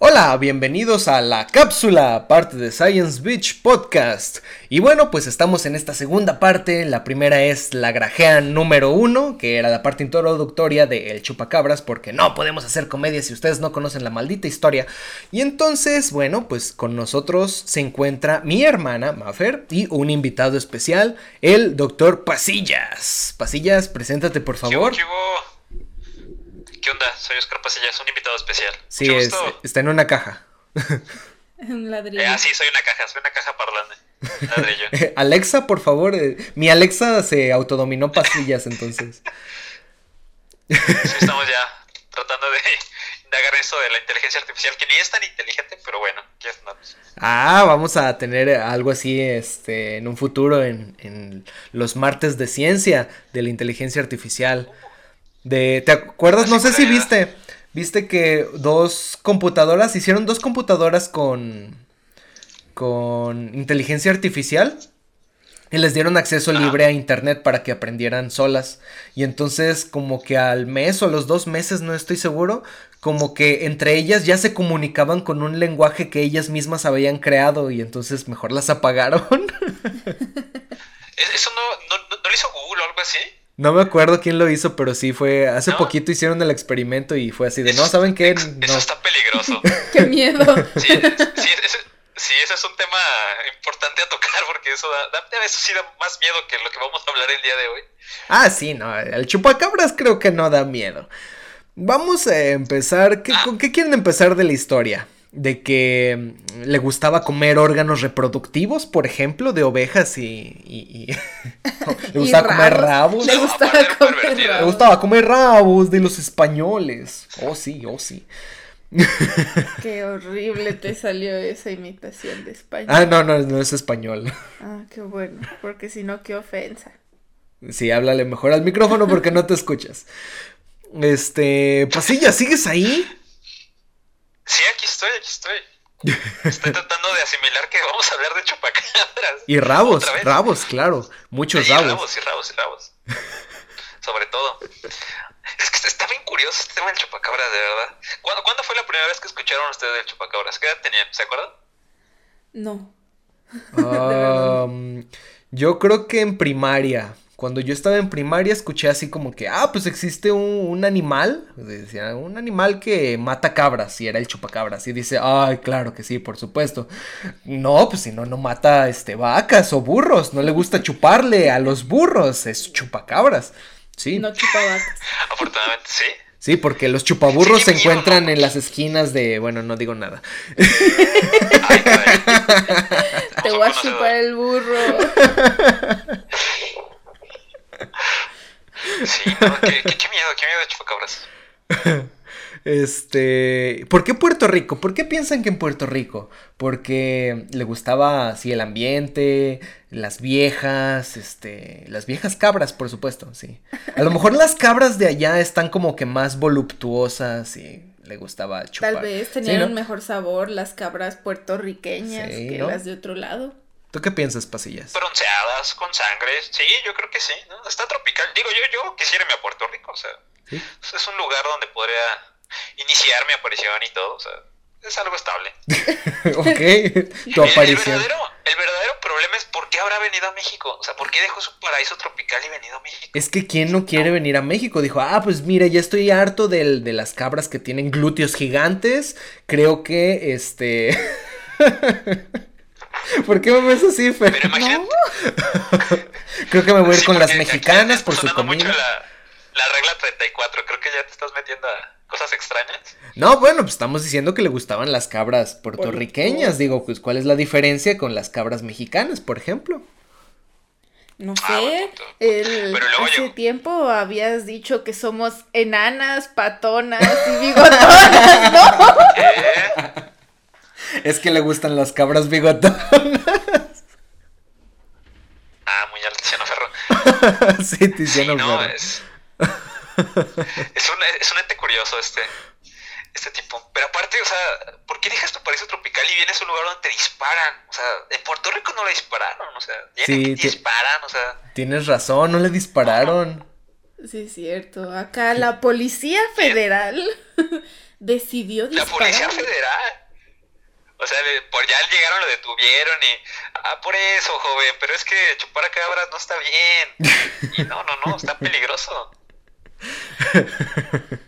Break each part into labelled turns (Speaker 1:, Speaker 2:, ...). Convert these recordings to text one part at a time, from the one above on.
Speaker 1: Hola, bienvenidos a La Cápsula, parte de Science Beach Podcast. Y bueno, pues estamos en esta segunda parte. La primera es la grajea número uno, que era la parte introductoria de El Chupacabras, porque no podemos hacer comedia si ustedes no conocen la maldita historia. Y entonces, bueno, pues con nosotros se encuentra mi hermana Mafer y un invitado especial, el doctor Pasillas. Pasillas, preséntate por
Speaker 2: ¿Qué hubo,
Speaker 1: favor.
Speaker 2: qué hubo? ¿Qué onda? Soy Oscar Pasillas, un invitado especial.
Speaker 1: Sí,
Speaker 2: Mucho
Speaker 1: es- eh,
Speaker 2: gusto.
Speaker 1: está en una caja.
Speaker 3: Un ladrillo.
Speaker 2: Eh, ah, sí, soy una caja, soy una caja parlante. Ladrillo.
Speaker 1: Alexa, por favor. eh, Mi Alexa se autodominó pasillas, entonces.
Speaker 2: Sí, estamos ya tratando de indagar eso de la inteligencia artificial, que ni es tan inteligente, pero bueno, ya andamos.
Speaker 1: Ah, vamos a tener algo así este, en un futuro, en, en los martes de ciencia de la inteligencia artificial. De, ¿Te acuerdas? No sé si viste. Viste que dos computadoras, hicieron dos computadoras con, con inteligencia artificial. Y les dieron acceso
Speaker 2: Ajá.
Speaker 1: libre a internet para que aprendieran solas. Y entonces, como que al mes o a los dos meses, no estoy seguro, como que entre ellas ya se comunicaban con un lenguaje que ellas mismas habían creado. Y entonces mejor las apagaron.
Speaker 2: ¿Es- ¿Eso no, no, no- no lo hizo Google o algo así?
Speaker 1: no me acuerdo quién lo hizo, pero sí fue. Hace
Speaker 2: ¿No?
Speaker 1: poquito hicieron el experimento y fue así de no, ¿saben qué?
Speaker 2: Eso
Speaker 1: No.
Speaker 2: está peligroso.
Speaker 3: Qué miedo.
Speaker 2: Sí, sí, ese, sí, ese es un tema importante a tocar porque eso, da, da- eso sí da más miedo que lo que vamos a hablar el día de hoy.
Speaker 1: Ah, sí, no. El chupacabras creo que no da miedo. Vamos a empezar. ¿qué- ¿Con qué quieren empezar de la historia? De que mm, le gustaba comer órganos reproductivos, por ejemplo, de ovejas y. y- y- le
Speaker 3: Y
Speaker 1: gustaba comer rabos.
Speaker 3: rabos. Le gustaba
Speaker 2: Aparte,
Speaker 3: comer
Speaker 2: pervertida.
Speaker 1: Le
Speaker 3: rabos.
Speaker 1: gustaba comer rabos de los españoles. Oh, sí, oh, sí.
Speaker 3: Qué horrible te salió esa imitación de España.
Speaker 1: Ah, no, no, no es español.
Speaker 3: Ah, qué bueno. Porque si no, qué ofensa.
Speaker 1: Sí, háblale mejor al micrófono porque no te escuchas. Este. Pasilla, ¿sigues ahí?
Speaker 2: Sí, aquí estoy, aquí estoy. Estoy tratando de asimilar que vamos a hablar de chupacabras.
Speaker 1: Y rabos,
Speaker 2: Otra vez.
Speaker 1: rabos, claro. Muchos
Speaker 2: Sí,
Speaker 1: rabos.
Speaker 2: rabos, y rabos, y rabos. Sobre todo. Es que está bien curioso este tema del chupacabras, de verdad. ¿Cuándo, cuándo fue la primera vez que escucharon ustedes del chupacabras? ¿Qué edad tenían? ¿Se acuerdan?
Speaker 3: No.
Speaker 1: Ah, mm, yo creo que en primaria. Cuando yo estaba en primaria escuché así como que, ah, pues existe un, un animal, decía, un animal que mata cabras, y era el chupacabras, y dice, ay, claro que sí, por supuesto. No, pues si no, no mata, este, vacas o burros, no le gusta chuparle a los burros, es chupacabras. Sí,
Speaker 3: No chupa vacas.
Speaker 2: Afortunadamente, sí.
Speaker 1: sí, porque los chupaburros
Speaker 2: Sí,
Speaker 1: se
Speaker 2: qué miedo,
Speaker 1: encuentran
Speaker 2: ¿no?
Speaker 1: en las esquinas de, bueno, no digo nada.
Speaker 2: Ay, caray.
Speaker 3: Te voy a chupar el burro.
Speaker 2: Sí, no, qué, qué- qué miedo, qué miedo de chupacabras.
Speaker 1: Este, ¿por qué Puerto Rico? ¿Por qué piensan que en Puerto Rico? Porque le gustaba así el ambiente, las viejas, este, las viejas cabras, por supuesto, sí. A lo mejor las cabras de allá están como que más voluptuosas y le gustaba chupar.
Speaker 3: Tal vez
Speaker 1: Sí,
Speaker 3: tenían
Speaker 1: ¿no?
Speaker 3: un mejor sabor las cabras puertorriqueñas
Speaker 1: Sí,
Speaker 3: que
Speaker 1: ¿no?
Speaker 3: las de otro lado.
Speaker 1: ¿Tú qué piensas, Pasillas?
Speaker 2: Bronceadas, con sangre. Sí, yo creo que sí. ¿no? Está tropical. Digo, yo, yo quisiera irme a Puerto Rico. O sea,
Speaker 1: Sí.
Speaker 2: es un lugar donde podría iniciar mi aparición y todo. O sea, es algo estable.
Speaker 1: ok, tu
Speaker 2: El-
Speaker 1: aparición.
Speaker 2: El verdadero, el verdadero problema es por qué habrá venido a México. O sea, ¿por qué dejó su paraíso tropical y venido a México?
Speaker 1: Es que quién no quiere venir a México. Dijo, ah, pues mira, ya estoy harto del- de las cabras que tienen glúteos gigantes. Creo que este. ¿Por qué me ves así, Fer?
Speaker 2: Pero imagínate.
Speaker 1: Creo que me voy a ir
Speaker 2: Sí,
Speaker 1: con las
Speaker 2: porque aquí
Speaker 1: mexicanas
Speaker 2: está
Speaker 1: por su
Speaker 2: sonando mucho
Speaker 1: comida.
Speaker 2: la, la regla 34. Creo que ya te estás metiendo a cosas extrañas.
Speaker 1: No, bueno, pues estamos diciendo que le gustaban las cabras puertorriqueñas.
Speaker 3: Puertorriqueñas.
Speaker 1: Digo, pues, ¿cuál es la diferencia con las cabras mexicanas, por ejemplo?
Speaker 3: No sé,
Speaker 2: Ah, buen punto.
Speaker 3: el-
Speaker 2: Pero luego
Speaker 3: hace
Speaker 2: llegó-
Speaker 3: tiempo habías dicho que somos enanas, patonas y bigotonas, ¿no?
Speaker 2: ¿Qué?
Speaker 1: Es que le gustan las cabras bigotonas.
Speaker 2: Ah, muy alto, Tiziano Ferro.
Speaker 1: sí, Tiziano
Speaker 2: Sí, no,
Speaker 1: Ferro.
Speaker 2: es. Es un, es un ente curioso este. Este tipo. Pero aparte, o sea, ¿por qué dejas tu paraíso tropical y vienes a un lugar donde te disparan? O sea, en Puerto Rico no le dispararon, o sea, ya
Speaker 1: Sí,
Speaker 2: ni te
Speaker 1: te-
Speaker 2: disparan, o sea.
Speaker 1: Tienes razón, no le dispararon.
Speaker 3: Sí, es cierto. Acá la Policía Federal decidió
Speaker 2: La
Speaker 3: disparar.
Speaker 2: Policía Federal. sea, le- por ya llegaron, lo detuvieron y, ah, por eso, joven, pero es que chupar a cabras no está bien. Y no, no, no, está peligroso.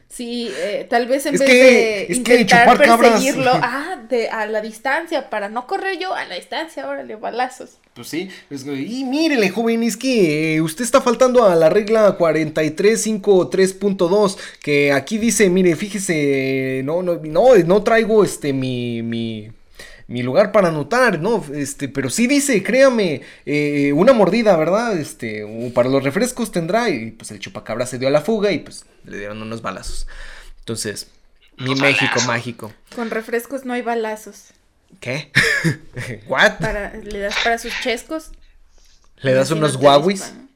Speaker 3: Sí, eh, tal vez en
Speaker 1: Es
Speaker 3: vez
Speaker 1: que-
Speaker 3: de
Speaker 1: es que
Speaker 3: intentar
Speaker 1: chupar cabras-
Speaker 3: perseguirlo ah, de, a la distancia, para no correr yo a la distancia, órale, balazos.
Speaker 1: Pues sí, es- y mírele, joven, es que eh, usted está faltando a la regla 4353.2, que aquí dice, mire, fíjese, no, no, no, no traigo este mi, mi, mi lugar para anotar, no, este, pero sí dice, créame, eh, una mordida, ¿verdad? Este, o para los refrescos tendrá, y pues el chupacabra se dio a la fuga y pues le dieron unos balazos. Entonces, mi
Speaker 2: Unos
Speaker 1: México
Speaker 2: balazos.
Speaker 1: mágico.
Speaker 3: Con refrescos no hay balazos.
Speaker 1: ¿Qué? ¿What?
Speaker 3: Para, le das para sus chescos.
Speaker 1: ¿Le das
Speaker 3: Así no
Speaker 1: unos
Speaker 3: te
Speaker 1: guauis?
Speaker 3: disparan.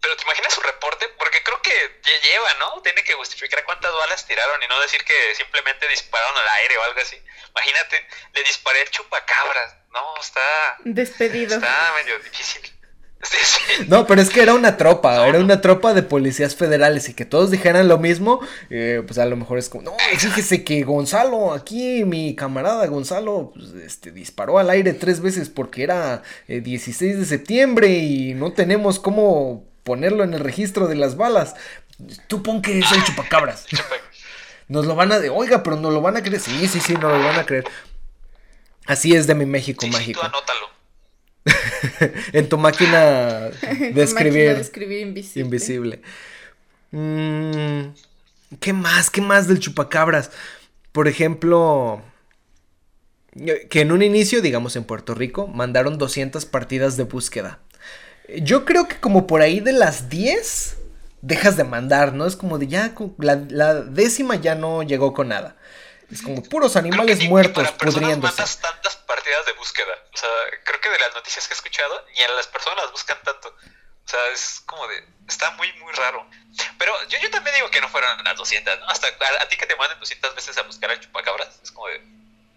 Speaker 2: Pero te imaginas su reporte, porque creo que lle- lleva, ¿no? Tiene que justificar cuántas balas tiraron y no decir que simplemente dispararon al aire o algo así. Imagínate, le disparé el chupacabras. No, está,
Speaker 3: Despedido.
Speaker 2: está medio difícil. Sí, sí.
Speaker 1: No, pero es que era una tropa,
Speaker 2: No,
Speaker 1: era
Speaker 2: no.
Speaker 1: una tropa de policías federales y que todos dijeran lo mismo, eh, pues a lo mejor es como, no, fíjese que Gonzalo, aquí mi camarada Gonzalo, pues, este, disparó al aire tres veces porque era eh, 16 de septiembre y no tenemos cómo ponerlo en el registro de las balas. Tú pon que es el chupacabras.
Speaker 2: Chupa-
Speaker 1: Nos lo van a, de, oiga, pero nos lo van a creer. Sí, sí, sí, nos lo van a creer. Así es de mi México
Speaker 2: Sí, sí,
Speaker 1: mágico.
Speaker 2: tú anótalo.
Speaker 1: en tu máquina de
Speaker 3: Máquina de
Speaker 1: escribir.
Speaker 3: escribir invisible.
Speaker 1: Invisible. Mm, ¿Qué más? ¿Qué más del chupacabras? Por ejemplo, eh, que en un inicio, digamos en Puerto Rico, mandaron 200 partidas de búsqueda. Yo creo que como por ahí de las 10, dejas de mandar, ¿no? Es como de ya, cu- la, la décima ya no llegó con nada. Es como puros
Speaker 2: Creo
Speaker 1: animales
Speaker 2: que ni- ni
Speaker 1: muertos
Speaker 2: para personas
Speaker 1: pudriéndose.
Speaker 2: mandas tantas partidas de búsqueda. O sea, creo que de las noticias que he escuchado, ni a las personas las buscan tanto. O sea, es como de. Está muy, muy raro. Pero yo, yo también digo que no fueron las 200, ¿no? Hasta a, a ti que te manden 200 veces a buscar al chupacabras. Es como de.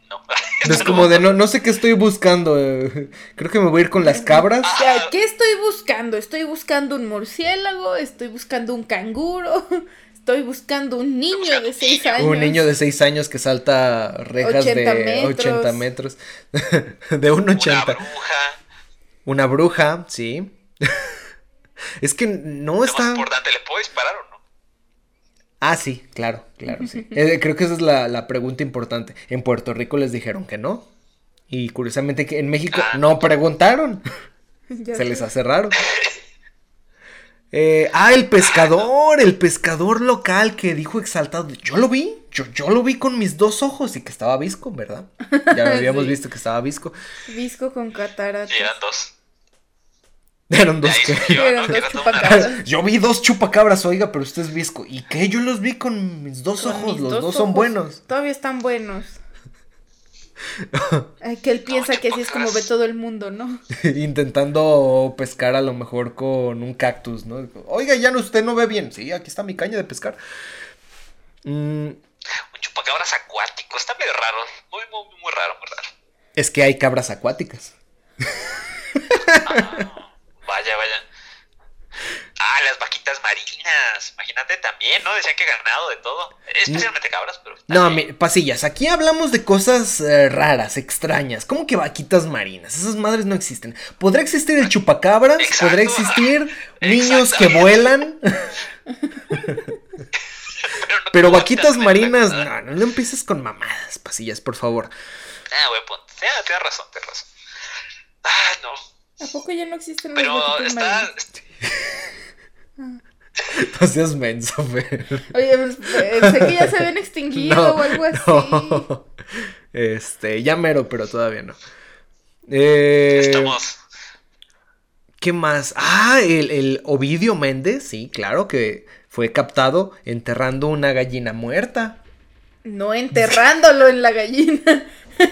Speaker 2: No.
Speaker 1: Es como de no, no sé qué estoy buscando. eh, Creo que me voy a ir con las cabras.
Speaker 3: O sea, ¿qué estoy buscando? Estoy buscando un murciélago, estoy buscando un canguro, estoy buscando un niño de 6 años.
Speaker 1: Un niño de 6 años que salta rejas
Speaker 3: 80
Speaker 1: de
Speaker 3: metros.
Speaker 1: 80 metros. de un 80.
Speaker 2: Una bruja.
Speaker 1: Una bruja, sí. es que no
Speaker 2: Lo más
Speaker 1: está.
Speaker 2: importante, ¿le puedo disparar o no?
Speaker 1: Ah, sí, claro, claro, sí. Eh, creo que esa es la, la pregunta importante. En Puerto Rico les dijeron que no. Y curiosamente que en México
Speaker 2: Ah.
Speaker 1: no preguntaron.
Speaker 3: Ya
Speaker 1: Se
Speaker 3: sé.
Speaker 1: les hace raro. Eh, ah, el pescador, el pescador local que dijo exaltado. Yo lo vi, yo, yo lo vi con mis dos ojos y que estaba visco, ¿verdad? Ya habíamos
Speaker 3: Sí.
Speaker 1: visto que estaba visco.
Speaker 3: Visco con cataratas.
Speaker 2: Y eran dos.
Speaker 1: Eran
Speaker 2: De
Speaker 1: dos
Speaker 2: ahí
Speaker 1: que-
Speaker 2: surgió, ¿no?
Speaker 3: Eran
Speaker 2: Que
Speaker 3: dos
Speaker 2: era toda una
Speaker 3: chupacabras.
Speaker 1: Yo vi dos chupacabras, oiga, pero usted es visco. ¿Y qué? Yo los vi con mis dos
Speaker 3: Con
Speaker 1: ojos,
Speaker 3: mis
Speaker 1: los dos,
Speaker 3: dos
Speaker 1: son
Speaker 3: ojos.
Speaker 1: buenos.
Speaker 3: Todavía están buenos. Ay, que él piensa que así es como ve todo el mundo, ¿no?
Speaker 1: Intentando pescar a lo mejor con un cactus, ¿no? Oiga, ya no, usted no ve bien. Sí, aquí está mi caña de pescar. Mm,
Speaker 2: Un chupacabras acuático. Está medio raro. Muy, muy, muy raro, muy raro.
Speaker 1: es que hay cabras acuáticas.
Speaker 2: Vaya, vaya. Ah, las vaquitas marinas. Imagínate también, ¿no? Decían que ganado de todo. Especialmente cabras, pero.
Speaker 1: No, mi- pasillas, aquí hablamos de cosas eh, raras, extrañas, como que vaquitas marinas, esas madres no existen. ¿Podrá existir el chupacabras?
Speaker 2: Exacto.
Speaker 1: ¿Podrá existir niños que
Speaker 2: Exactamente.
Speaker 1: vuelan?
Speaker 2: no
Speaker 1: Pero
Speaker 2: como
Speaker 1: vaquitas marinas,
Speaker 2: ¿verdad?
Speaker 1: no, no, no empieces con mamadas, pasillas, por favor.
Speaker 2: Ah, güey, ponte. Ah, tienes razón, tienes razón. Ah, no.
Speaker 3: ¿A poco ya no existen los
Speaker 2: Pero
Speaker 3: vaquitas
Speaker 2: está. este,
Speaker 3: marinas?
Speaker 1: No seas menso, Fer.
Speaker 3: Oye, pues, pensé que ya se habían extinguido
Speaker 1: No,
Speaker 3: o algo así.
Speaker 1: no. Este, ya mero, pero todavía no. Eh,
Speaker 2: Estamos.
Speaker 1: ¿Qué más? Ah, el, el Ovidio Méndez, sí, claro, que fue captado enterrando una gallina muerta.
Speaker 3: No enterrándolo en la gallina.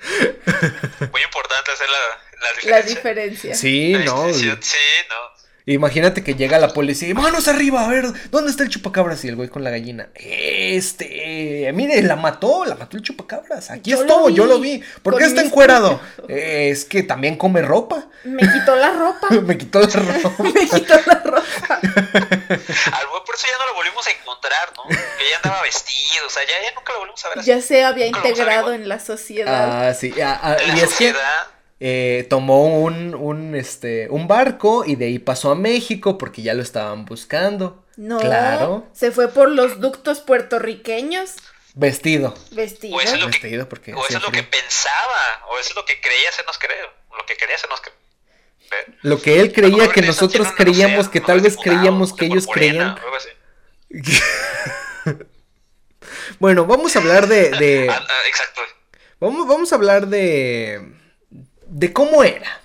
Speaker 2: Muy importante hacer la, la
Speaker 3: La
Speaker 2: diferencia.
Speaker 3: diferencia.
Speaker 1: Sí,
Speaker 2: La
Speaker 1: no.
Speaker 2: distinción, Sí, no.
Speaker 1: Imagínate que llega la policía y manos arriba, a ver, ¿dónde está el chupacabras? Y el güey con la gallina. Este eh, mire, la mató, la mató el chupacabras. Aquí
Speaker 3: Yo lo
Speaker 1: estuvo, yo
Speaker 3: vi
Speaker 1: lo vi. ¿Por qué
Speaker 3: con
Speaker 1: está
Speaker 3: mis
Speaker 1: encuerado? "Eh, es que también come ropa.
Speaker 3: Me quitó la ropa.
Speaker 1: Me quitó la ropa.
Speaker 3: Me quitó la ropa.
Speaker 2: Al güey por eso ya no lo volvimos a encontrar, ¿no? Que ya andaba vestido, o sea, ya, ya nunca lo volvimos a ver así.
Speaker 3: Ya se había
Speaker 2: Nunca lo vamos a ver
Speaker 3: integrado
Speaker 2: igual.
Speaker 3: en la sociedad.
Speaker 1: Ah, sí. ah, ah,
Speaker 2: En la
Speaker 1: y es que
Speaker 2: sociedad.
Speaker 1: eh, tomó un, un, este, un barco y de ahí pasó a México porque ya lo estaban buscando.
Speaker 3: No,
Speaker 1: Claro.
Speaker 3: se fue por los ductos puertorriqueños
Speaker 1: Vestido.
Speaker 3: vestido.
Speaker 2: Pues es lo que-
Speaker 1: Vestido porque
Speaker 2: o eso
Speaker 1: hacía
Speaker 2: es lo
Speaker 1: frío.
Speaker 2: que pensaba, o eso es lo que creía hacernos creer, lo que quería hacernos creer.
Speaker 1: Lo que él
Speaker 2: A lo
Speaker 1: creía
Speaker 2: mejor
Speaker 1: que
Speaker 2: ellos
Speaker 1: nosotros
Speaker 2: nacieron, no sé,
Speaker 1: creíamos, que
Speaker 2: no
Speaker 1: tal
Speaker 2: sé,
Speaker 1: vez
Speaker 2: diputados,
Speaker 1: creíamos
Speaker 2: no
Speaker 1: que
Speaker 2: sé,
Speaker 1: ellos
Speaker 2: por Morena,
Speaker 1: creían.
Speaker 2: o algo así.
Speaker 1: Bueno, vamos a hablar de. de-
Speaker 2: Ah, ah, exacto.
Speaker 1: vamos, vamos a hablar de. de cómo era.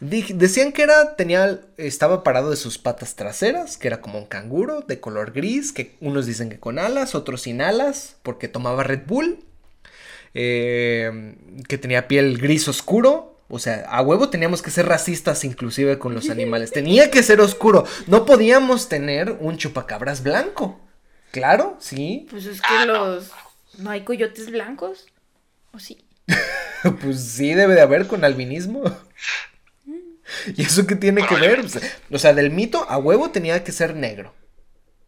Speaker 1: Di- decían que era, tenía, estaba parado de sus patas traseras, que era como un canguro de color gris, que unos dicen que con alas, otros sin alas, porque tomaba Red Bull, eh, que tenía piel gris oscuro, o sea, a huevo teníamos que ser racistas inclusive con los animales, tenía que ser oscuro, no podíamos tener un chupacabras blanco, claro, sí,
Speaker 3: Pues es
Speaker 2: Ah,
Speaker 3: que los. No hay coyotes blancos. ¿O sí?
Speaker 1: Pues sí, debe de haber con albinismo. ¿Y eso qué tiene que ver? O sea, del mito a huevo tenía que ser negro.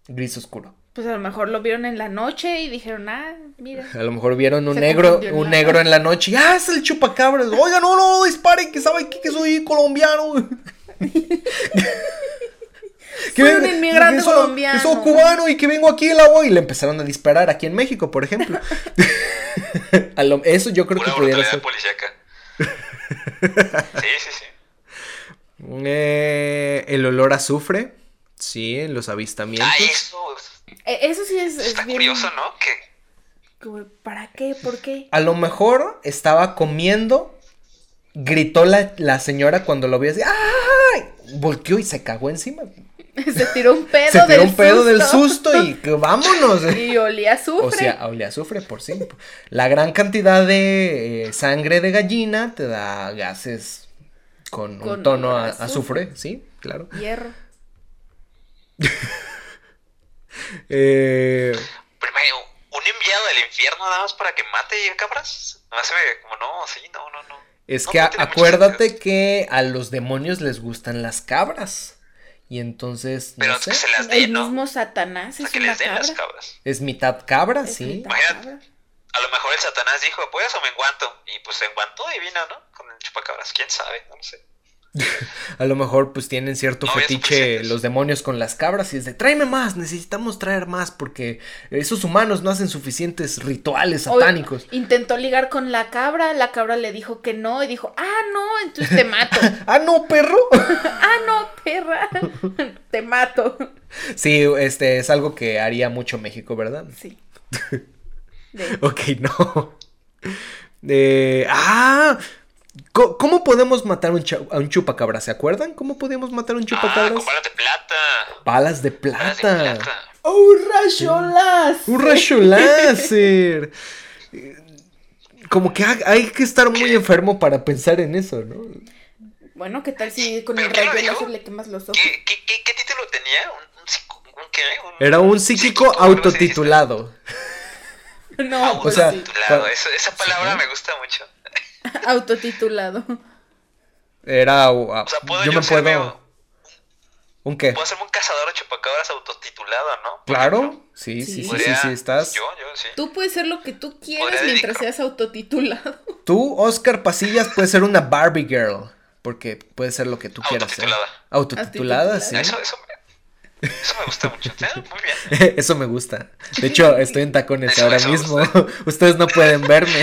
Speaker 1: Gris oscuro.
Speaker 3: Pues a lo mejor lo vieron en la noche y dijeron, ah, mira.
Speaker 1: A lo mejor vieron un
Speaker 3: Se
Speaker 1: negro,
Speaker 3: confundió en
Speaker 1: un
Speaker 3: la-
Speaker 1: negro en la noche. y, ¡Ah, es el chupacabras! Oiga, no, no, no disparen, que sabe qué? que soy colombiano.
Speaker 3: Soy un
Speaker 1: vengo-
Speaker 3: inmigrante
Speaker 1: que soy-
Speaker 3: colombiano.
Speaker 1: Que soy cubano y que vengo aquí en la agua. Y le empezaron a disparar aquí en México, por ejemplo. A lo- eso yo creo
Speaker 2: Una
Speaker 1: que pudiera
Speaker 2: brutalidad
Speaker 1: ser.
Speaker 2: policíaca. Sí, sí, sí.
Speaker 1: Eh, el olor a azufre, sí, en los avistamientos.
Speaker 2: Ah, eso
Speaker 3: E- Eso sí es, es
Speaker 2: está
Speaker 3: bien.
Speaker 2: curioso, ¿no? Que
Speaker 3: como, ¿Para qué? ¿Por qué?
Speaker 1: A lo mejor estaba comiendo, gritó la, la señora cuando lo vio así, ¡ay! Volteó y se cagó encima.
Speaker 3: Se tiró un pedo
Speaker 1: se tiró
Speaker 3: del
Speaker 1: un pedo
Speaker 3: susto.
Speaker 1: del susto y que vámonos.
Speaker 3: Y olía a azufre.
Speaker 1: O sea, ah. olía a azufre por sí. La gran cantidad de eh, sangre de gallina te da gases con, un
Speaker 3: Con
Speaker 1: tono
Speaker 3: olor
Speaker 1: a
Speaker 3: a
Speaker 1: azufre, sí, claro.
Speaker 3: Hierro.
Speaker 1: Eh,
Speaker 2: pero imagino, un enviado del infierno nada más para que mate a cabras. No se ve como no, sí, no, no, no.
Speaker 1: Es
Speaker 2: No,
Speaker 1: que
Speaker 2: no
Speaker 1: a-
Speaker 2: tiene mucho
Speaker 1: acuérdate
Speaker 2: sentido.
Speaker 1: que a los demonios les gustan las cabras. Y entonces, no
Speaker 2: Pero
Speaker 1: sé,
Speaker 2: que se las dé,
Speaker 3: El
Speaker 2: ¿no?
Speaker 3: mismo Satanás
Speaker 2: O sea,
Speaker 3: es
Speaker 2: que
Speaker 3: una
Speaker 2: les den
Speaker 3: cabra.
Speaker 2: las cabras.
Speaker 1: es mitad cabra,
Speaker 3: Es
Speaker 1: Ah, sí.
Speaker 3: mitad
Speaker 2: Imagínate.
Speaker 3: cabra.
Speaker 2: A lo mejor el Satanás dijo, pues o me enguanto. Y pues se enguantó y vino, ¿no? Con el chupacabras, quién sabe, no lo sé.
Speaker 1: A lo mejor pues tienen cierto
Speaker 2: No había
Speaker 1: fetiche
Speaker 2: suficientes.
Speaker 1: los demonios con las cabras y es de tráeme más, necesitamos traer más porque esos humanos no hacen suficientes rituales
Speaker 3: Hoy
Speaker 1: satánicos.
Speaker 3: Intentó ligar con la cabra, la cabra le dijo que no y dijo, ah, no, entonces te mato.
Speaker 1: Ah, no, perro.
Speaker 3: ah, no, perra, te mato.
Speaker 1: sí, este es algo que haría mucho México, ¿verdad?
Speaker 3: Sí. De-
Speaker 1: Ok, no. Eh, ah, Co- ¿cómo podemos matar un cha- a un chupacabra? ¿Se acuerdan? ¿Cómo podíamos matar a un
Speaker 2: Ah,
Speaker 1: chupacabras?
Speaker 2: con balas de plata.
Speaker 1: Balas de
Speaker 2: Balas de
Speaker 1: plata.
Speaker 2: plata.
Speaker 3: ¡Oh, ¡Un rayo láser!
Speaker 1: Un rayo láser. Eh, Como que ha- hay que estar muy enfermo para pensar en eso, ¿no?
Speaker 3: Bueno, ¿qué tal si con
Speaker 2: ¿Pero
Speaker 3: el
Speaker 2: quién
Speaker 3: rayo
Speaker 2: lo dijo?
Speaker 3: láser le quemas los ojos?
Speaker 2: ¿Qué, qué, qué, qué título tenía? ¿Un, un, psico- un qué? Un-
Speaker 1: Era un psíquico
Speaker 2: psíquico, algo así
Speaker 1: autotitulado.
Speaker 3: No,
Speaker 1: o
Speaker 3: pues
Speaker 1: sea-
Speaker 3: sí,
Speaker 2: Ah, Autotitulado,
Speaker 1: cua-
Speaker 2: eso- esa palabra
Speaker 1: ¿no?
Speaker 2: me gusta mucho.
Speaker 3: autotitulado.
Speaker 1: Era. uh,
Speaker 2: O sea, puedo
Speaker 1: yo
Speaker 2: yo,
Speaker 1: me
Speaker 2: ser
Speaker 1: puedo.
Speaker 2: medio-
Speaker 1: ¿Un qué?
Speaker 2: puedo hacerme un cazador de chupacabras autotitulado, ¿no? Por ejemplo.
Speaker 1: Claro. Sí, sí, sí,
Speaker 3: Sí.
Speaker 1: Pues sí,
Speaker 2: Podría-
Speaker 1: sí, estás.
Speaker 2: Yo, yo, sí.
Speaker 3: Tú puedes ser lo que tú quieras
Speaker 2: Podría
Speaker 3: mientras
Speaker 2: dedicar-
Speaker 3: seas autotitulado.
Speaker 1: Tú, Oscar Pasillas, puedes ser una Barbie Girl. Porque puede ser lo que tú quieras ser.
Speaker 2: Autotitulada.
Speaker 1: Autotitulada, sí.
Speaker 3: Autotitulada.
Speaker 2: Eso, eso, me, eso me gusta mucho. Ah, Muy bien.
Speaker 1: Eso me gusta. De hecho, estoy en tacones
Speaker 2: Eso-
Speaker 1: ahora
Speaker 2: eso me
Speaker 1: mismo. Ustedes no pueden verme.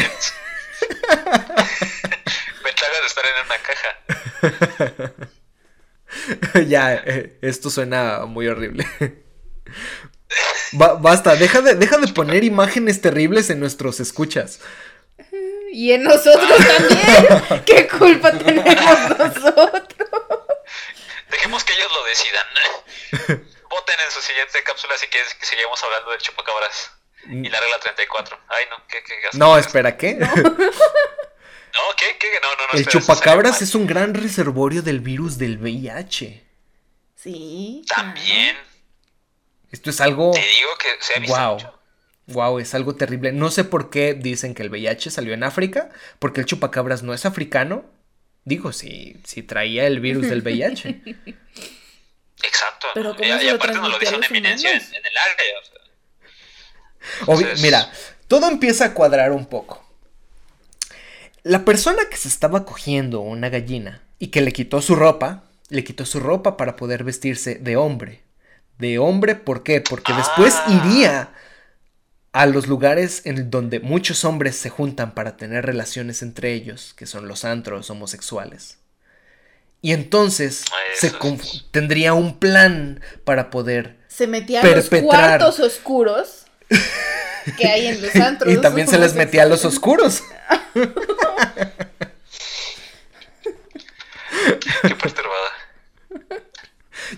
Speaker 2: Ventaja de estar en una caja.
Speaker 1: ya, eh, esto suena muy horrible. Ba- basta, deja de, deja de poner imágenes terribles en nuestros escuchas.
Speaker 3: Y en nosotros también. ¿Qué culpa tenemos nosotros?
Speaker 2: Dejemos que ellos lo decidan. Voten en su siguiente cápsula si quieren que sigamos hablando del chupacabras. Y la regla 34. Ay, no, ¿qué, qué gasto?
Speaker 1: Mm. No, espera, ¿qué?
Speaker 2: No, ¿qué? ¿Qué? No, no, no.
Speaker 1: El
Speaker 2: espera, eso salió
Speaker 1: chupacabras
Speaker 2: mal.
Speaker 1: es un gran reservorio del virus del VIH.
Speaker 3: Sí.
Speaker 2: También.
Speaker 1: Esto es algo...
Speaker 2: Te digo que se ha visto
Speaker 1: Wow.
Speaker 2: mucho.
Speaker 1: Wow, es algo terrible. No sé por qué dicen que el VIH salió en África, porque el chupacabras no es africano. Digo, si, si traía el virus del VIH.
Speaker 2: Exacto.
Speaker 3: Pero
Speaker 2: ¿no?
Speaker 3: ¿cómo
Speaker 2: y,
Speaker 3: se
Speaker 2: y
Speaker 3: lo
Speaker 2: aparte nos lo
Speaker 3: transmitió
Speaker 2: dice
Speaker 3: a
Speaker 2: una
Speaker 3: los
Speaker 2: eminencia en,
Speaker 3: humanos?
Speaker 2: en el área. o sea.
Speaker 1: Obvi-
Speaker 2: Entonces-
Speaker 1: Mira, todo empieza a cuadrar un poco. La persona que se estaba cogiendo una gallina y que le quitó su ropa, le quitó su ropa para poder vestirse de hombre. De hombre, ¿por qué? Porque después
Speaker 2: Ah.
Speaker 1: iría a los lugares en donde muchos hombres se juntan para tener relaciones entre ellos, que son los antros homosexuales. Y entonces se
Speaker 2: Eso es.
Speaker 1: conf- tendría un plan para poder
Speaker 3: Se metía a los
Speaker 1: Perpetrar.
Speaker 3: cuartos oscuros que hay en los antros.
Speaker 1: Y también se les metía a los oscuros.
Speaker 2: Qué perturbada.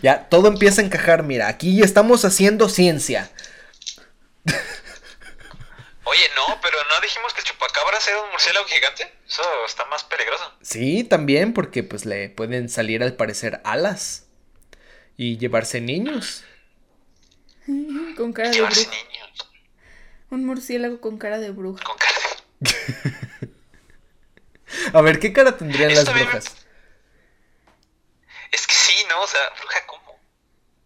Speaker 1: Ya, todo empieza a encajar, mira, aquí estamos haciendo ciencia.
Speaker 2: Oye, no, pero no dijimos que el chupacabras era un murciélago gigante. Eso está más peligroso.
Speaker 1: Sí, también, porque pues le pueden salir al parecer alas y llevarse niños.
Speaker 3: Con cara de
Speaker 2: Llevarse
Speaker 3: bruja.
Speaker 2: niños
Speaker 3: Un murciélago con cara de bruja.
Speaker 2: con cara. de-
Speaker 1: A ver, ¿qué cara tendrían
Speaker 2: Eso
Speaker 1: las
Speaker 2: también me-
Speaker 1: brujas?
Speaker 2: Es que sí, ¿no? O sea, bruja, ¿cómo?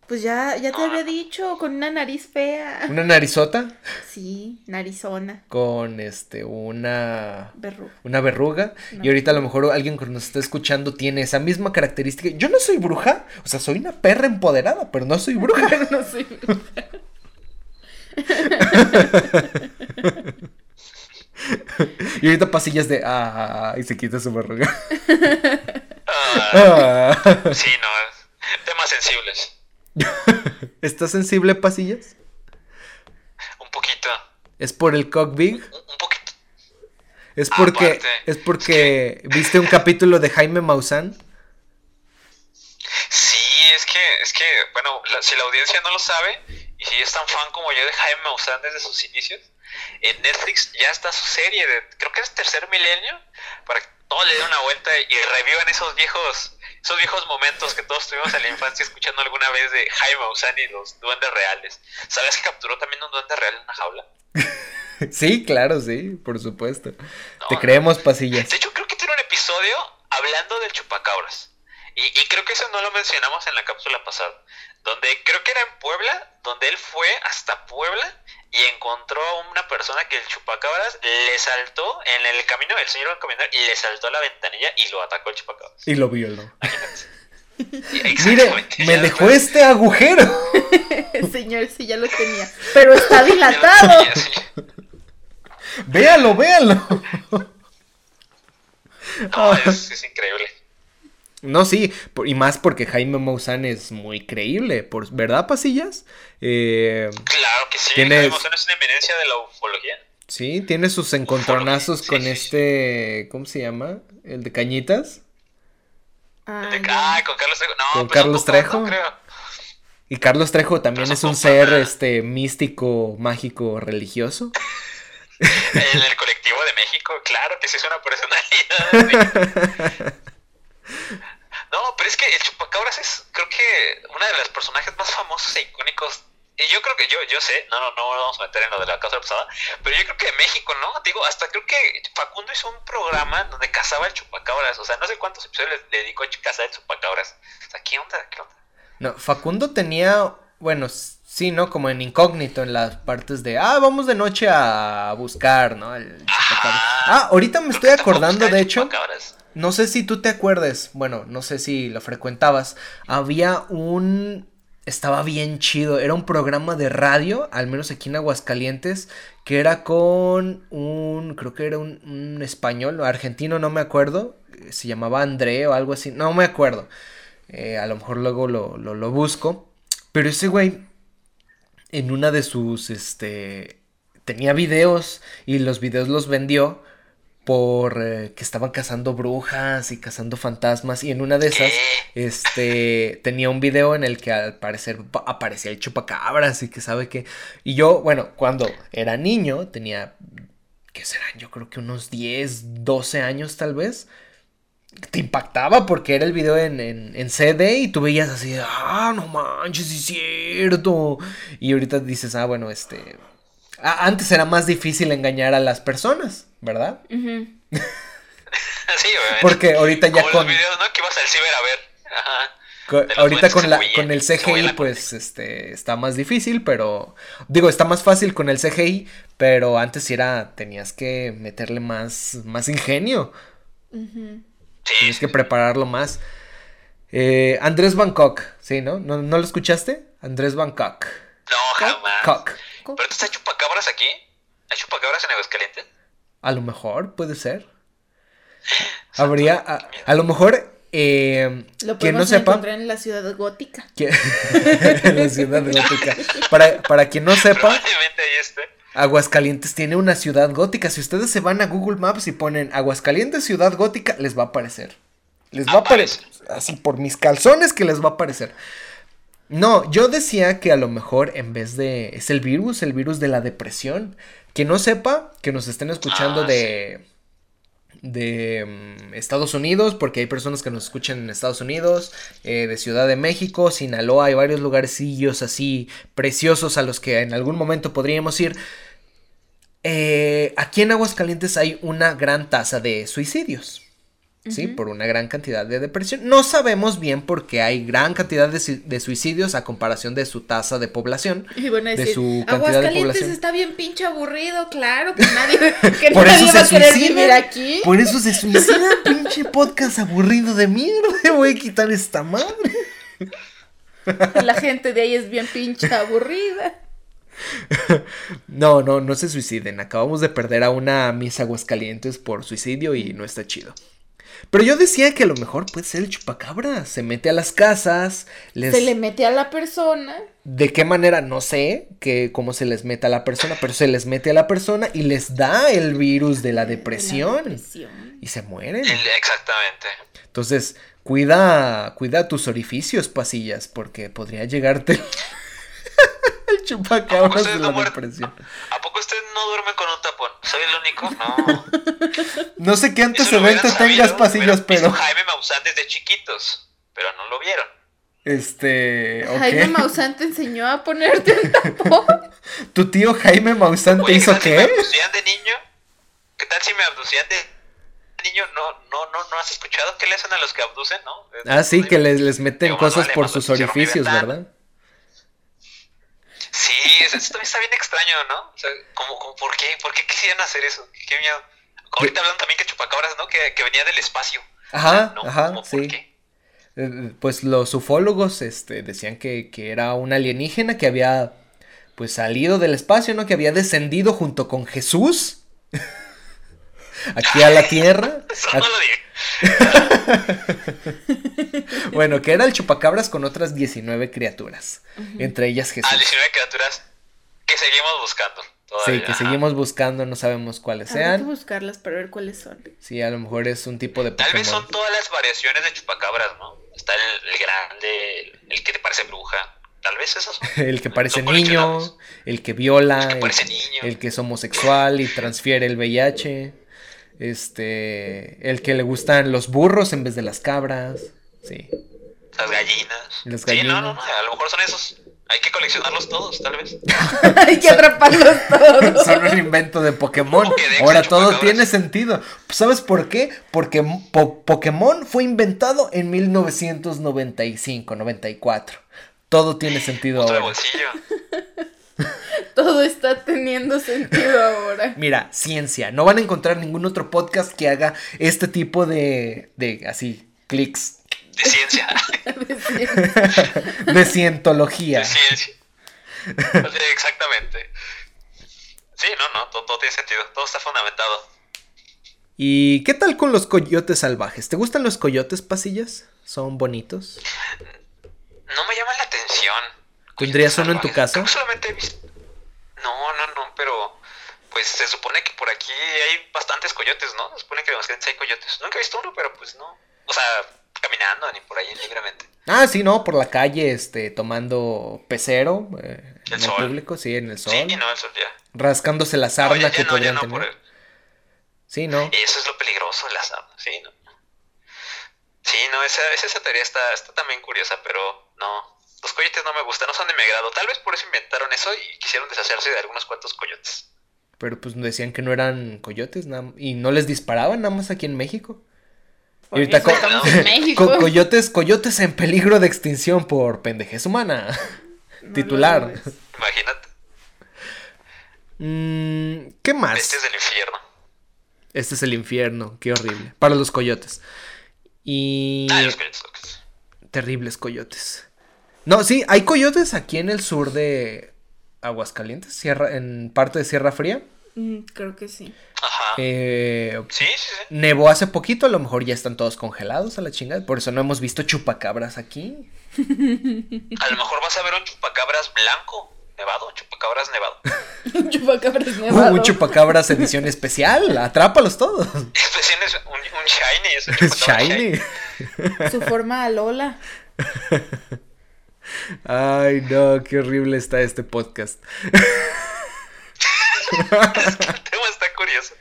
Speaker 3: Pues ya, ya te había dicho, con una nariz fea.
Speaker 1: Una narizota
Speaker 3: Sí, narizona,
Speaker 1: con este una
Speaker 3: verruga.
Speaker 1: una verruga
Speaker 3: No.
Speaker 1: y ahorita a lo mejor alguien que nos está escuchando tiene esa misma característica. Yo no soy bruja, o sea, soy una perra empoderada, pero no soy bruja.
Speaker 3: Pero no soy bruja.
Speaker 1: Y ahorita pasillas de ah y se quita su verruga.
Speaker 2: Ah,
Speaker 1: Ah.
Speaker 2: sí, no. es- Temas sensibles.
Speaker 1: ¿Estás sensible, pasillas?
Speaker 2: Un poquito.
Speaker 1: ¿Es por el cock big?
Speaker 2: Un, un poquito.
Speaker 1: ¿Es porque,
Speaker 2: Aparte,
Speaker 1: es porque viste un capítulo de Jaime Maussan?
Speaker 2: Sí, es que, es que, bueno, la- si la audiencia no lo sabe, y si es tan fan como yo de Jaime Maussan desde sus inicios, en Netflix ya está su serie de, creo que es tercer milenio, para que todos le den una vuelta y revivan esos viejos, esos viejos momentos que todos tuvimos en la infancia escuchando alguna vez de Jaime Maussan y los duendes reales. ¿Sabes que capturó también un duende real en una jaula?
Speaker 1: Sí, claro, sí, por supuesto. Te
Speaker 2: no.
Speaker 1: creemos, pasillas.
Speaker 2: De hecho, creo que tiene un episodio hablando del chupacabras. Y, y creo que eso no lo mencionamos en la cápsula pasada. Donde creo que era en Puebla, donde él fue hasta Puebla y encontró a una persona que el chupacabras le saltó en el camino, el señor iba a caminar y le saltó a la ventanilla y lo atacó el chupacabras.
Speaker 1: Y lo violó. Mire,
Speaker 2: Exactamente,
Speaker 1: me
Speaker 2: ya
Speaker 1: dejó
Speaker 2: después-
Speaker 1: este agujero.
Speaker 3: Señor, sí, ya lo tenía. Pero está
Speaker 2: ya lo
Speaker 3: dilatado.
Speaker 2: tenía, sí.
Speaker 1: Véalo, véalo.
Speaker 2: No, es, es increíble.
Speaker 1: No, sí, por- y más porque Jaime Maussan es muy creíble, por, ¿verdad, pasillas? Eh,
Speaker 2: Claro que sí,
Speaker 1: Tienes-
Speaker 2: Jaime Maussan es una eminencia de la ufología.
Speaker 1: sí, tiene sus encontronazos
Speaker 2: Sí,
Speaker 1: con
Speaker 2: sí, sí.
Speaker 1: este, ¿cómo se llama? El de Cañitas.
Speaker 3: Ah,
Speaker 2: De-
Speaker 3: ya.
Speaker 2: Ay, con Carlos Trejo. No,
Speaker 1: ¿Con
Speaker 2: pues,
Speaker 1: Carlos
Speaker 2: tampoco,
Speaker 1: Trejo?
Speaker 2: no creo.
Speaker 1: Y Carlos Trejo también
Speaker 2: Pero
Speaker 1: es
Speaker 2: son
Speaker 1: un
Speaker 2: compas,
Speaker 1: ser
Speaker 2: ¿verdad?
Speaker 1: este místico, mágico, religioso.
Speaker 2: En el colectivo de México, claro que sí es una personalidad. No, pero es que el Chupacabras es, creo que, uno de los personajes más famosos e icónicos. Y yo creo que, yo, yo sé, no, no, no nos vamos a meter en lo de la casa pasada, pero yo creo que de México, ¿no? Digo, hasta creo que Facundo hizo un programa donde cazaba el Chupacabras. O sea, no sé cuántos episodios le le dedicó a cazar el Chupacabras. O sea, ¿qué onda? ¿Qué onda?
Speaker 1: No, Facundo tenía, bueno, s- sí, ¿no? Como en incógnito en las partes de, ah, vamos de noche a buscar, ¿no? El chupacabras. Ah, ahorita me
Speaker 2: Creo
Speaker 1: estoy
Speaker 2: que tampoco
Speaker 1: acordando,
Speaker 2: está
Speaker 1: de
Speaker 2: el
Speaker 1: hecho,
Speaker 2: Chupacabras.
Speaker 1: no sé si tú te acuerdes, bueno, no sé si lo frecuentabas, había un... Estaba bien chido, era un programa de radio, al menos aquí en Aguascalientes, que era con un, creo que era un, un español o argentino, no me acuerdo, eh, se llamaba André o algo así, no me acuerdo, Eh, a lo mejor luego lo, lo- lo busco, pero ese güey en una de sus, este, tenía videos y los videos los vendió por eh, que estaban cazando brujas y cazando fantasmas y en una de esas este tenía un video en el que al parecer pa- aparecía el chupacabras y que sabe que y yo bueno cuando era niño tenía qué serán yo creo que unos 10 12 años tal vez te impactaba porque era el video en, en- en CD y tú veías así, ah, no manches, sí es cierto. Y ahorita dices, ah, bueno, este, A- antes era más difícil engañar a las personas, ¿verdad?
Speaker 3: Ujú.
Speaker 2: sí, obviamente.
Speaker 1: Porque ahorita ya
Speaker 2: Como
Speaker 1: con,
Speaker 2: los videos, ¿no? Que ibas al ciber a ver. Ajá.
Speaker 1: co-
Speaker 2: de los
Speaker 1: ahorita
Speaker 2: duendes que
Speaker 1: con,
Speaker 2: se
Speaker 1: la-
Speaker 2: huían,
Speaker 1: con el
Speaker 2: que se huían
Speaker 1: CGI
Speaker 2: la
Speaker 1: pues este está más difícil, pero digo, está más fácil con el CGI, pero antes sí era tenías que meterle más más ingenio.
Speaker 3: Ujú.
Speaker 2: Sí,
Speaker 1: Tienes que prepararlo más. Eh, Andrés Bangkok, sí, ¿no? ¿no? ¿No lo escuchaste? Andrés Bangkok.
Speaker 2: no, jamás.
Speaker 1: Cock.
Speaker 2: ¿Pero tú estás chupacabras aquí? ¿Hay chupacabras en Aguascalientes?
Speaker 1: A lo mejor, puede ser. Habría, a, a lo mejor, eh,
Speaker 3: Lo
Speaker 1: quien no
Speaker 3: podemos
Speaker 1: sepa,
Speaker 3: encontrar en la ciudad gótica.
Speaker 1: que- en la ciudad gótica. Para, para quien no sepa,
Speaker 2: Probablemente ahí esté.
Speaker 1: Aguascalientes tiene una ciudad gótica. Si ustedes se van a Google Maps y ponen Aguascalientes ciudad gótica, les va a aparecer. Les va a aparecer. Así por mis calzones que les va a aparecer. No, yo decía que a lo mejor en vez de... Es el virus, el virus de la depresión. Que no sepa que nos estén escuchando
Speaker 2: Ah,
Speaker 1: de... De mm, Estados Unidos, porque hay personas que nos escuchan en Estados Unidos, eh, de Ciudad de México, Sinaloa, hay varios lugarcillos así preciosos a los que en algún momento podríamos ir. Eh, aquí en Aguascalientes hay una gran tasa de suicidios. Sí,
Speaker 3: Ujú.
Speaker 1: por una gran cantidad de depresión. No sabemos bien por qué hay gran cantidad de, sui- de suicidios a comparación de su tasa de población.
Speaker 3: Y van a
Speaker 1: De
Speaker 3: decir,
Speaker 1: su cantidad de
Speaker 3: Aguascalientes
Speaker 1: población".
Speaker 3: está bien pinche aburrido, claro, que nadie, que
Speaker 1: Por
Speaker 3: nadie
Speaker 1: eso
Speaker 3: va
Speaker 1: se
Speaker 3: a querer
Speaker 1: suicidan.
Speaker 3: vivir aquí.
Speaker 1: Por eso se suicida, pinche podcast aburrido de mierda. Voy a quitar esta madre.
Speaker 3: La gente de ahí es bien pinche aburrida.
Speaker 1: No, no, no se suiciden. Acabamos de perder a una Miss Aguascalientes por suicidio y no está chido. Pero yo decía que a lo mejor puede ser el chupacabra. Se mete a las casas, les...
Speaker 3: Se le mete a la persona.
Speaker 1: ¿De qué manera? No sé que cómo se les mete a la persona, pero se les mete a la persona y les da el virus de la
Speaker 3: La
Speaker 1: depresión.
Speaker 3: depresión.
Speaker 1: Y se mueren.
Speaker 2: El- Exactamente.
Speaker 1: Entonces, cuida, cuida tus orificios, pasillas, porque podría llegarte el chupacabras
Speaker 2: Ustedes
Speaker 1: de
Speaker 2: no
Speaker 1: la
Speaker 2: muerden.
Speaker 1: depresión.
Speaker 2: ¿A poco usted no duerme con un tapón? ¿Soy el único? No.
Speaker 1: No sé qué
Speaker 2: Eso lo
Speaker 1: antecedente
Speaker 2: hubieran
Speaker 1: tengas,
Speaker 2: sabido,
Speaker 1: pasillas,
Speaker 2: hubieran visto
Speaker 1: pero.
Speaker 2: Jaime Maussan desde chiquitos, pero no lo vieron.
Speaker 1: Este. ok.
Speaker 3: Jaime Maussan te enseñó a ponerte un tapón.
Speaker 1: ¿Tu tío Jaime Maussan te
Speaker 2: Oye,
Speaker 1: hizo
Speaker 2: ¿qué tal si me
Speaker 1: qué?
Speaker 2: abducían de niño? ¿Qué tal si me abducían de niño? No, no, no, no has escuchado qué le hacen a los que abducen, ¿no?
Speaker 1: Ah, sí, que les, les meten
Speaker 2: Digo,
Speaker 1: cosas
Speaker 2: Manuel,
Speaker 1: por
Speaker 2: Manuel,
Speaker 1: sus
Speaker 2: se rompió
Speaker 1: orificios,
Speaker 2: ventana.
Speaker 1: ¿verdad?
Speaker 2: Sí, eso, eso también está bien extraño, ¿no? O sea, como, como, ¿por qué? ¿Por qué quisieran hacer eso? Qué miedo. Ahorita hablan también que chupacabras, ¿no? Que, que venía del espacio.
Speaker 1: Ajá,
Speaker 2: Ah, ¿no?
Speaker 1: ajá,
Speaker 2: Como, ¿por
Speaker 1: sí.
Speaker 2: qué?
Speaker 1: Eh, Pues los ufólogos este, decían que, que era un alienígena que había pues salido del espacio, ¿no? Que había descendido junto con Jesús aquí a la tierra.
Speaker 2: Eso
Speaker 1: A-
Speaker 2: no lo dije.
Speaker 1: bueno, que era el chupacabras con otras 19 criaturas, entre ellas
Speaker 2: A
Speaker 1: Jesús.
Speaker 2: 19 criaturas que seguimos buscando.
Speaker 1: Sí,
Speaker 2: todavía.
Speaker 1: que seguimos buscando, no sabemos cuáles
Speaker 3: Habrá que
Speaker 1: sean.
Speaker 3: buscarlas para ver cuáles son.
Speaker 1: Sí, a lo mejor es un tipo de
Speaker 2: Tal vez
Speaker 1: Pokémon.
Speaker 2: son todas las variaciones de chupacabras, ¿no? Está el, el grande, el- el que te parece bruja. Tal vez esos son.
Speaker 1: El que parece
Speaker 2: Son
Speaker 1: niño,
Speaker 2: coleccionables.
Speaker 1: el que viola,
Speaker 2: El que
Speaker 1: el,
Speaker 2: parece niño.
Speaker 1: el que es homosexual y transfiere el VIH, este, el que le gustan los burros en vez de las cabras, sí.
Speaker 2: Las gallinas.
Speaker 1: Las
Speaker 2: Sí,
Speaker 1: gallinas.
Speaker 2: no, no, no, A lo mejor son esos. Hay que coleccionarlos todos, tal vez.
Speaker 3: Hay que atraparlos todos.
Speaker 1: Son un invento de Pokémon.
Speaker 2: Como que de
Speaker 1: Ahora
Speaker 2: hecho,
Speaker 1: todo
Speaker 2: chupacabras.
Speaker 1: tiene sentido. ¿Sabes por qué? Porque Po- Pokémon fue inventado en 1995, 94. Todo tiene sentido
Speaker 2: Otro de
Speaker 1: ahora.
Speaker 2: bolsillo.
Speaker 3: Todo está teniendo sentido ahora.
Speaker 1: Mira, ciencia. No van a encontrar ningún otro podcast que haga este tipo de, de así, clics
Speaker 2: De ciencia.
Speaker 3: Decir,
Speaker 1: de cientología.
Speaker 2: De ciencia. O sea, Pues exactamente. Sí, no, no, todo, todo tiene sentido. Todo está fundamentado.
Speaker 1: ¿Y qué tal con los coyotes salvajes? ¿Te gustan los coyotes pasillas? ¿Son bonitos?
Speaker 2: No me llama la atención.
Speaker 1: ¿Tendrías uno en tu
Speaker 2: Salvajes.
Speaker 1: casa?
Speaker 2: Creo que solamente he visto- No, no, no, pero. Pues se supone que por aquí hay bastantes coyotes, ¿no? Se supone que en Aguascalientes hay coyotes. Nunca he visto uno, pero pues no. O sea, caminando ni por ahí libremente.
Speaker 1: Ah, sí, no, por la calle, este, tomando pecero eh, en
Speaker 2: El
Speaker 1: el
Speaker 2: sol.
Speaker 1: público, sí, en el sol,
Speaker 2: Sí, no, el sol ya.
Speaker 1: rascándose la
Speaker 2: No,
Speaker 1: sarna
Speaker 2: ya, ya
Speaker 1: que
Speaker 2: no, ya
Speaker 1: podrían
Speaker 2: no
Speaker 1: tener.
Speaker 2: por el- Eh.
Speaker 1: Sí, no.
Speaker 2: Y eso es lo peligroso de las armas, sí, ¿no? Sí, no, esa, esa, esa teoría está, está también curiosa, pero no. los coyotes no me gustan, no son de mi agrado. Tal vez por eso inventaron eso y quisieron deshacerse de algunos cuantos coyotes.
Speaker 1: Pero pues decían que no eran coyotes nada- y no les disparaban nada más aquí en México.
Speaker 3: Por
Speaker 1: y ahorita
Speaker 3: eso
Speaker 1: co-
Speaker 3: estamos en México.
Speaker 1: co- coyotes, coyotes en peligro de extinción por pendejez humana.
Speaker 3: No lo
Speaker 1: titular.
Speaker 3: dudes.
Speaker 2: Imagínate,
Speaker 1: Mm, ¿Qué más?
Speaker 2: bestias del infierno.
Speaker 1: Este es el infierno, qué horrible. Para los coyotes. Y.
Speaker 2: Ah, los coyotes, ok.
Speaker 1: Terribles coyotes. No, sí, hay coyotes aquí en el sur de Aguascalientes, Sierra, en parte de Sierra Fría.
Speaker 3: Mm, creo que sí.
Speaker 2: Ajá.
Speaker 1: Eh,
Speaker 2: Sí, sí, sí.
Speaker 1: nevó hace poquito, a lo mejor ya están todos congelados a la chingada. Por eso no hemos visto chupacabras aquí.
Speaker 2: A lo mejor vas a ver un chupacabras blanco, nevado, chupacabras nevado.
Speaker 3: Un chupacabras
Speaker 1: Uh,
Speaker 3: nevado.
Speaker 1: un chupacabras edición especial, atrápalos todos.
Speaker 2: Especial es Pues un, un shiny, es un
Speaker 1: Es
Speaker 2: chupacabras shiny.
Speaker 1: Pues shiny.
Speaker 3: Su forma a Lola.
Speaker 1: Ay, no, qué horrible está este podcast.
Speaker 2: El tema está curioso.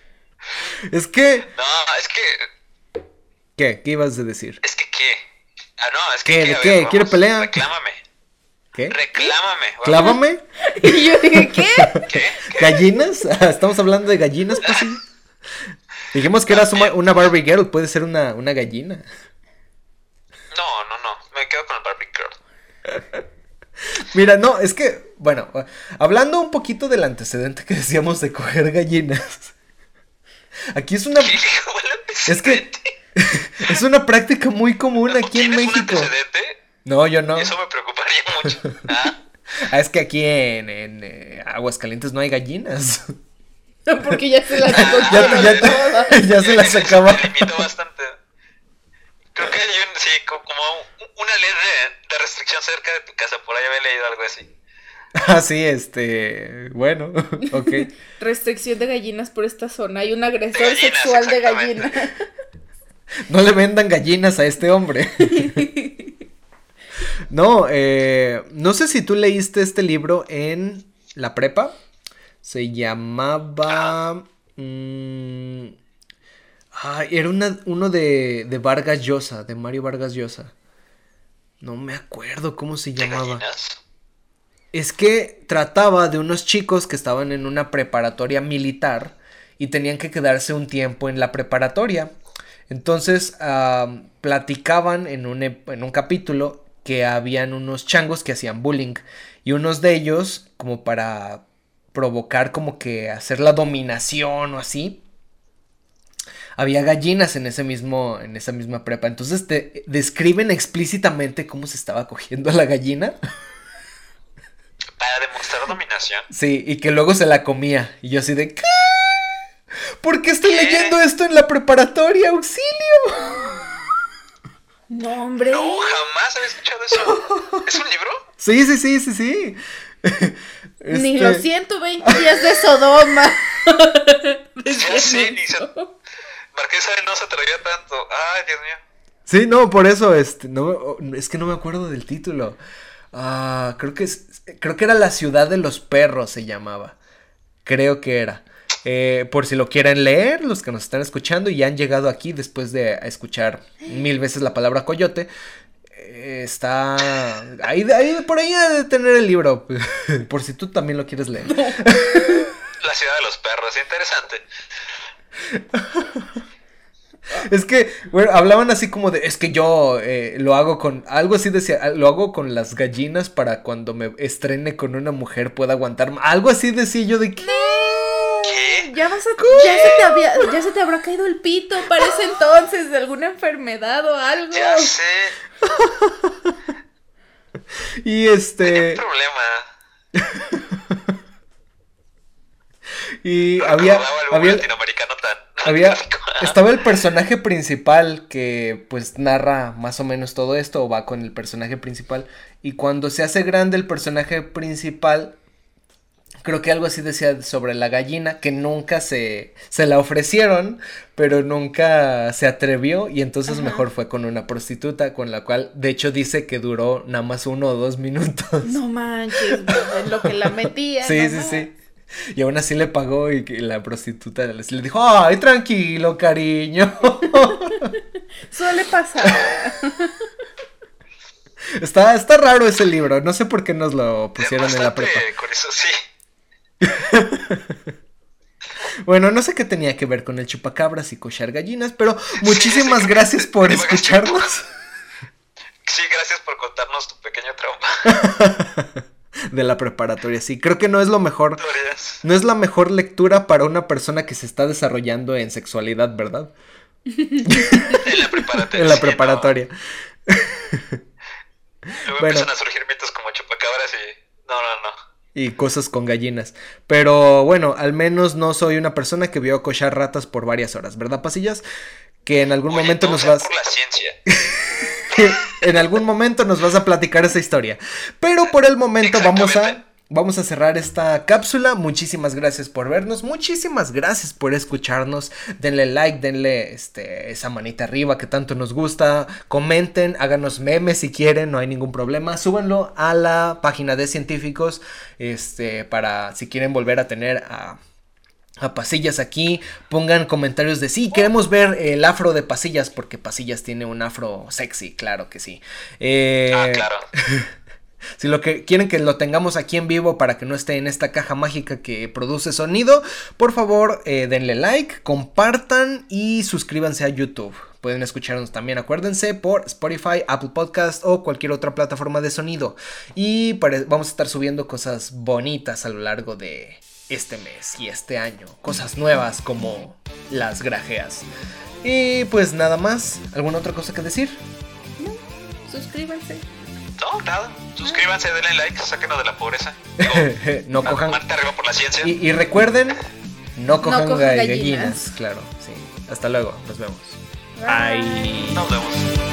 Speaker 1: Es que.
Speaker 2: No, es que,
Speaker 1: ¿Qué? ¿Qué ibas a decir?
Speaker 2: es que qué. Ah, no, es que
Speaker 1: ¿Qué?
Speaker 2: qué,
Speaker 1: ¿De
Speaker 2: a
Speaker 1: qué?
Speaker 2: vamos,
Speaker 1: ¿Quiere pelea?
Speaker 2: Reclámame,
Speaker 1: ¿Qué?
Speaker 2: reclámame. vamos.
Speaker 1: ¿Clávame?
Speaker 3: Y yo dije, ¿qué?
Speaker 2: ¿Qué?
Speaker 1: ¿Gallinas? Ah, Estamos hablando de gallinas, pues sí. Dijimos que eras una, una Barbie Girl, puede ser una, una gallina.
Speaker 2: No, no, no, me quedo con el Barbie Girl.
Speaker 1: Mira, no, es que, bueno, hablando un poquito del antecedente que decíamos de coger gallinas. Aquí es una,
Speaker 2: pues,
Speaker 1: es que, es una práctica muy común aquí en México.
Speaker 2: Un antecedente?
Speaker 1: No, yo no.
Speaker 2: Eso me preocuparía mucho. Ah,
Speaker 1: Ah, es que aquí en, en eh, Aguascalientes no hay gallinas.
Speaker 3: Porque ya se la sacó.
Speaker 1: Ya, te- ya, te- ya se las sacaba.
Speaker 2: Me limito bastante. Creo que hay un, sí, co- como un- una ley de, de restricción cerca de tu casa, por ahí había leído algo así.
Speaker 1: Ah, sí, este, bueno, ok.
Speaker 3: Restricción de gallinas por esta zona. Hay un agresor
Speaker 2: gallinas,
Speaker 3: sexual de gallina.
Speaker 2: exactamente.
Speaker 1: No le vendan gallinas a este hombre. No, eh, no sé si tú leíste este libro en la prepa. Se llamaba... mm, ay, era una- uno de, de Vargas Llosa, de Mario Vargas Llosa. No me acuerdo cómo se
Speaker 2: ¿De
Speaker 1: llamaba.
Speaker 2: gallinas?
Speaker 1: Es que trataba de unos chicos que estaban en una preparatoria militar y tenían que quedarse un tiempo en la preparatoria. Entonces ah, platicaban en un, ep- en un capítulo que habían unos changos que hacían bullying y unos de ellos como para provocar como que hacer la dominación o así. Había gallinas en ese mismo, en esa misma prepa. Entonces te describen explícitamente cómo se estaba cogiendo a la gallina.
Speaker 2: Para demostrar dominación.
Speaker 1: Sí, y que luego se la comía. Y yo así de... ¿Qué? ¿Por qué estoy
Speaker 2: ¿Qué?
Speaker 1: leyendo esto en la preparatoria? ¡Auxilio!
Speaker 3: No, hombre.
Speaker 2: No, jamás había escuchado eso. ¿Es un libro?
Speaker 1: Sí, sí, sí, sí, sí.
Speaker 3: Ni
Speaker 1: Este,
Speaker 3: los 120 días de Sodoma.
Speaker 2: Ya sé, ni se... Marquesa de no se atrevía tanto. Ay, Dios mío.
Speaker 1: Sí, no, por eso, este, no, oh, es que no me acuerdo del título. Ah, creo que es- creo que era La ciudad de los perros se llamaba. Creo que era. Eh, por si lo quieren leer, los que nos están escuchando y han llegado aquí después de escuchar mil veces la palabra coyote, eh, está ahí, de- ahí de- por ahí ha de tener el libro, por si tú también lo quieres leer.
Speaker 2: La ciudad de los perros, interesante.
Speaker 1: Es que, bueno, hablaban así como de, es que yo eh, lo hago con, algo así decía, "Ah, lo hago con las gallinas para cuando me estrene con una mujer pueda aguantar, ma-". algo así decía yo de que...
Speaker 2: ¿Qué?
Speaker 3: Ya vas a- ya se te había- ya se te habrá caído el pito para ese entonces de alguna enfermedad o algo.
Speaker 2: Ya sé.
Speaker 1: Y este,
Speaker 2: Problema.
Speaker 1: y
Speaker 2: No
Speaker 1: había,
Speaker 2: recordaba algún
Speaker 1: había,
Speaker 2: latinoamericano tan.
Speaker 1: había,
Speaker 2: tan-
Speaker 1: estaba el personaje principal que pues narra más o menos todo esto o va con el personaje principal y cuando se hace grande el personaje principal creo que algo así decía sobre la gallina que nunca se, se la ofrecieron pero nunca se atrevió y entonces
Speaker 3: Ajá.
Speaker 1: mejor fue con una prostituta con la cual de hecho dice que duró nada más uno o dos minutos.
Speaker 3: No manches, güey, en lo que la metía.
Speaker 1: Sí, sí,
Speaker 3: no
Speaker 1: sí. Y aún así le pagó y que la prostituta le le dijo, ay, tranquilo, cariño.
Speaker 3: mames. Suele pasar.
Speaker 1: Está, está raro ese libro, no sé por qué nos lo pusieron
Speaker 2: Bastante
Speaker 1: en la prepa.
Speaker 2: Con eso sí.
Speaker 1: Bueno, no sé qué tenía que ver con el chupacabras y cochar gallinas, pero muchísimas gracias por escucharnos.
Speaker 2: Sí, gracias por contarnos tu pequeño trauma.
Speaker 1: De la preparatoria, sí. Creo que no es lo mejor.
Speaker 2: Glorias.
Speaker 1: No es la mejor lectura para una persona que se está desarrollando en sexualidad, ¿verdad?
Speaker 2: En la preparatoria.
Speaker 1: En la
Speaker 2: sí, ¿no?
Speaker 1: preparatoria.
Speaker 2: Luego
Speaker 1: Bueno.
Speaker 2: empiezan a surgir mitos como chupacabras y. No, no, no.
Speaker 1: Y cosas con gallinas. Pero bueno, al menos no soy una persona que vio cochar ratas por varias horas, ¿verdad, Pasillas? Que en algún
Speaker 2: Oye,
Speaker 1: momento
Speaker 2: no
Speaker 1: nos
Speaker 2: sea
Speaker 1: vas.
Speaker 2: por la ciencia.
Speaker 1: en algún momento nos vas a platicar esa historia. Pero por el momento vamos a,
Speaker 2: Exactamente.
Speaker 1: vamos a cerrar esta cápsula. Muchísimas gracias por vernos. Muchísimas gracias por escucharnos. Denle like, denle este, esa manita arriba que tanto nos gusta. Comenten, háganos memes si quieren, no hay ningún problema. Súbanlo a la página de científicos este, para si quieren volver a tener a a Pasillas aquí, pongan comentarios de sí, queremos ver el afro de Pasillas, porque Pasillas tiene un afro sexy, claro que sí. Eh,
Speaker 2: Ah, claro.
Speaker 1: Si lo que quieren que lo tengamos aquí en vivo para que no esté en esta caja mágica que produce sonido, por favor eh, denle like, compartan y suscríbanse a YouTube. Pueden escucharnos también, acuérdense, por Spotify, Apple Podcast o cualquier otra plataforma de sonido. Y pare- vamos a estar subiendo cosas bonitas a lo largo de este mes y este año. Cosas nuevas como las grajeas. Y pues nada más, ¿alguna otra cosa que decir?
Speaker 3: Suscríbanse.
Speaker 2: No, nada. Suscríbanse, denle like, sáquenos de la pobreza. Digo,
Speaker 1: no
Speaker 2: ma-
Speaker 1: cojan...
Speaker 2: Marta arriba por la ciencia.
Speaker 1: Y, y recuerden, no cojan,
Speaker 3: cojan
Speaker 1: ga- gallinas.
Speaker 3: gallinas.
Speaker 1: Claro, sí. Hasta luego, nos vemos.
Speaker 3: Bye.
Speaker 1: Bye.
Speaker 2: Nos vemos.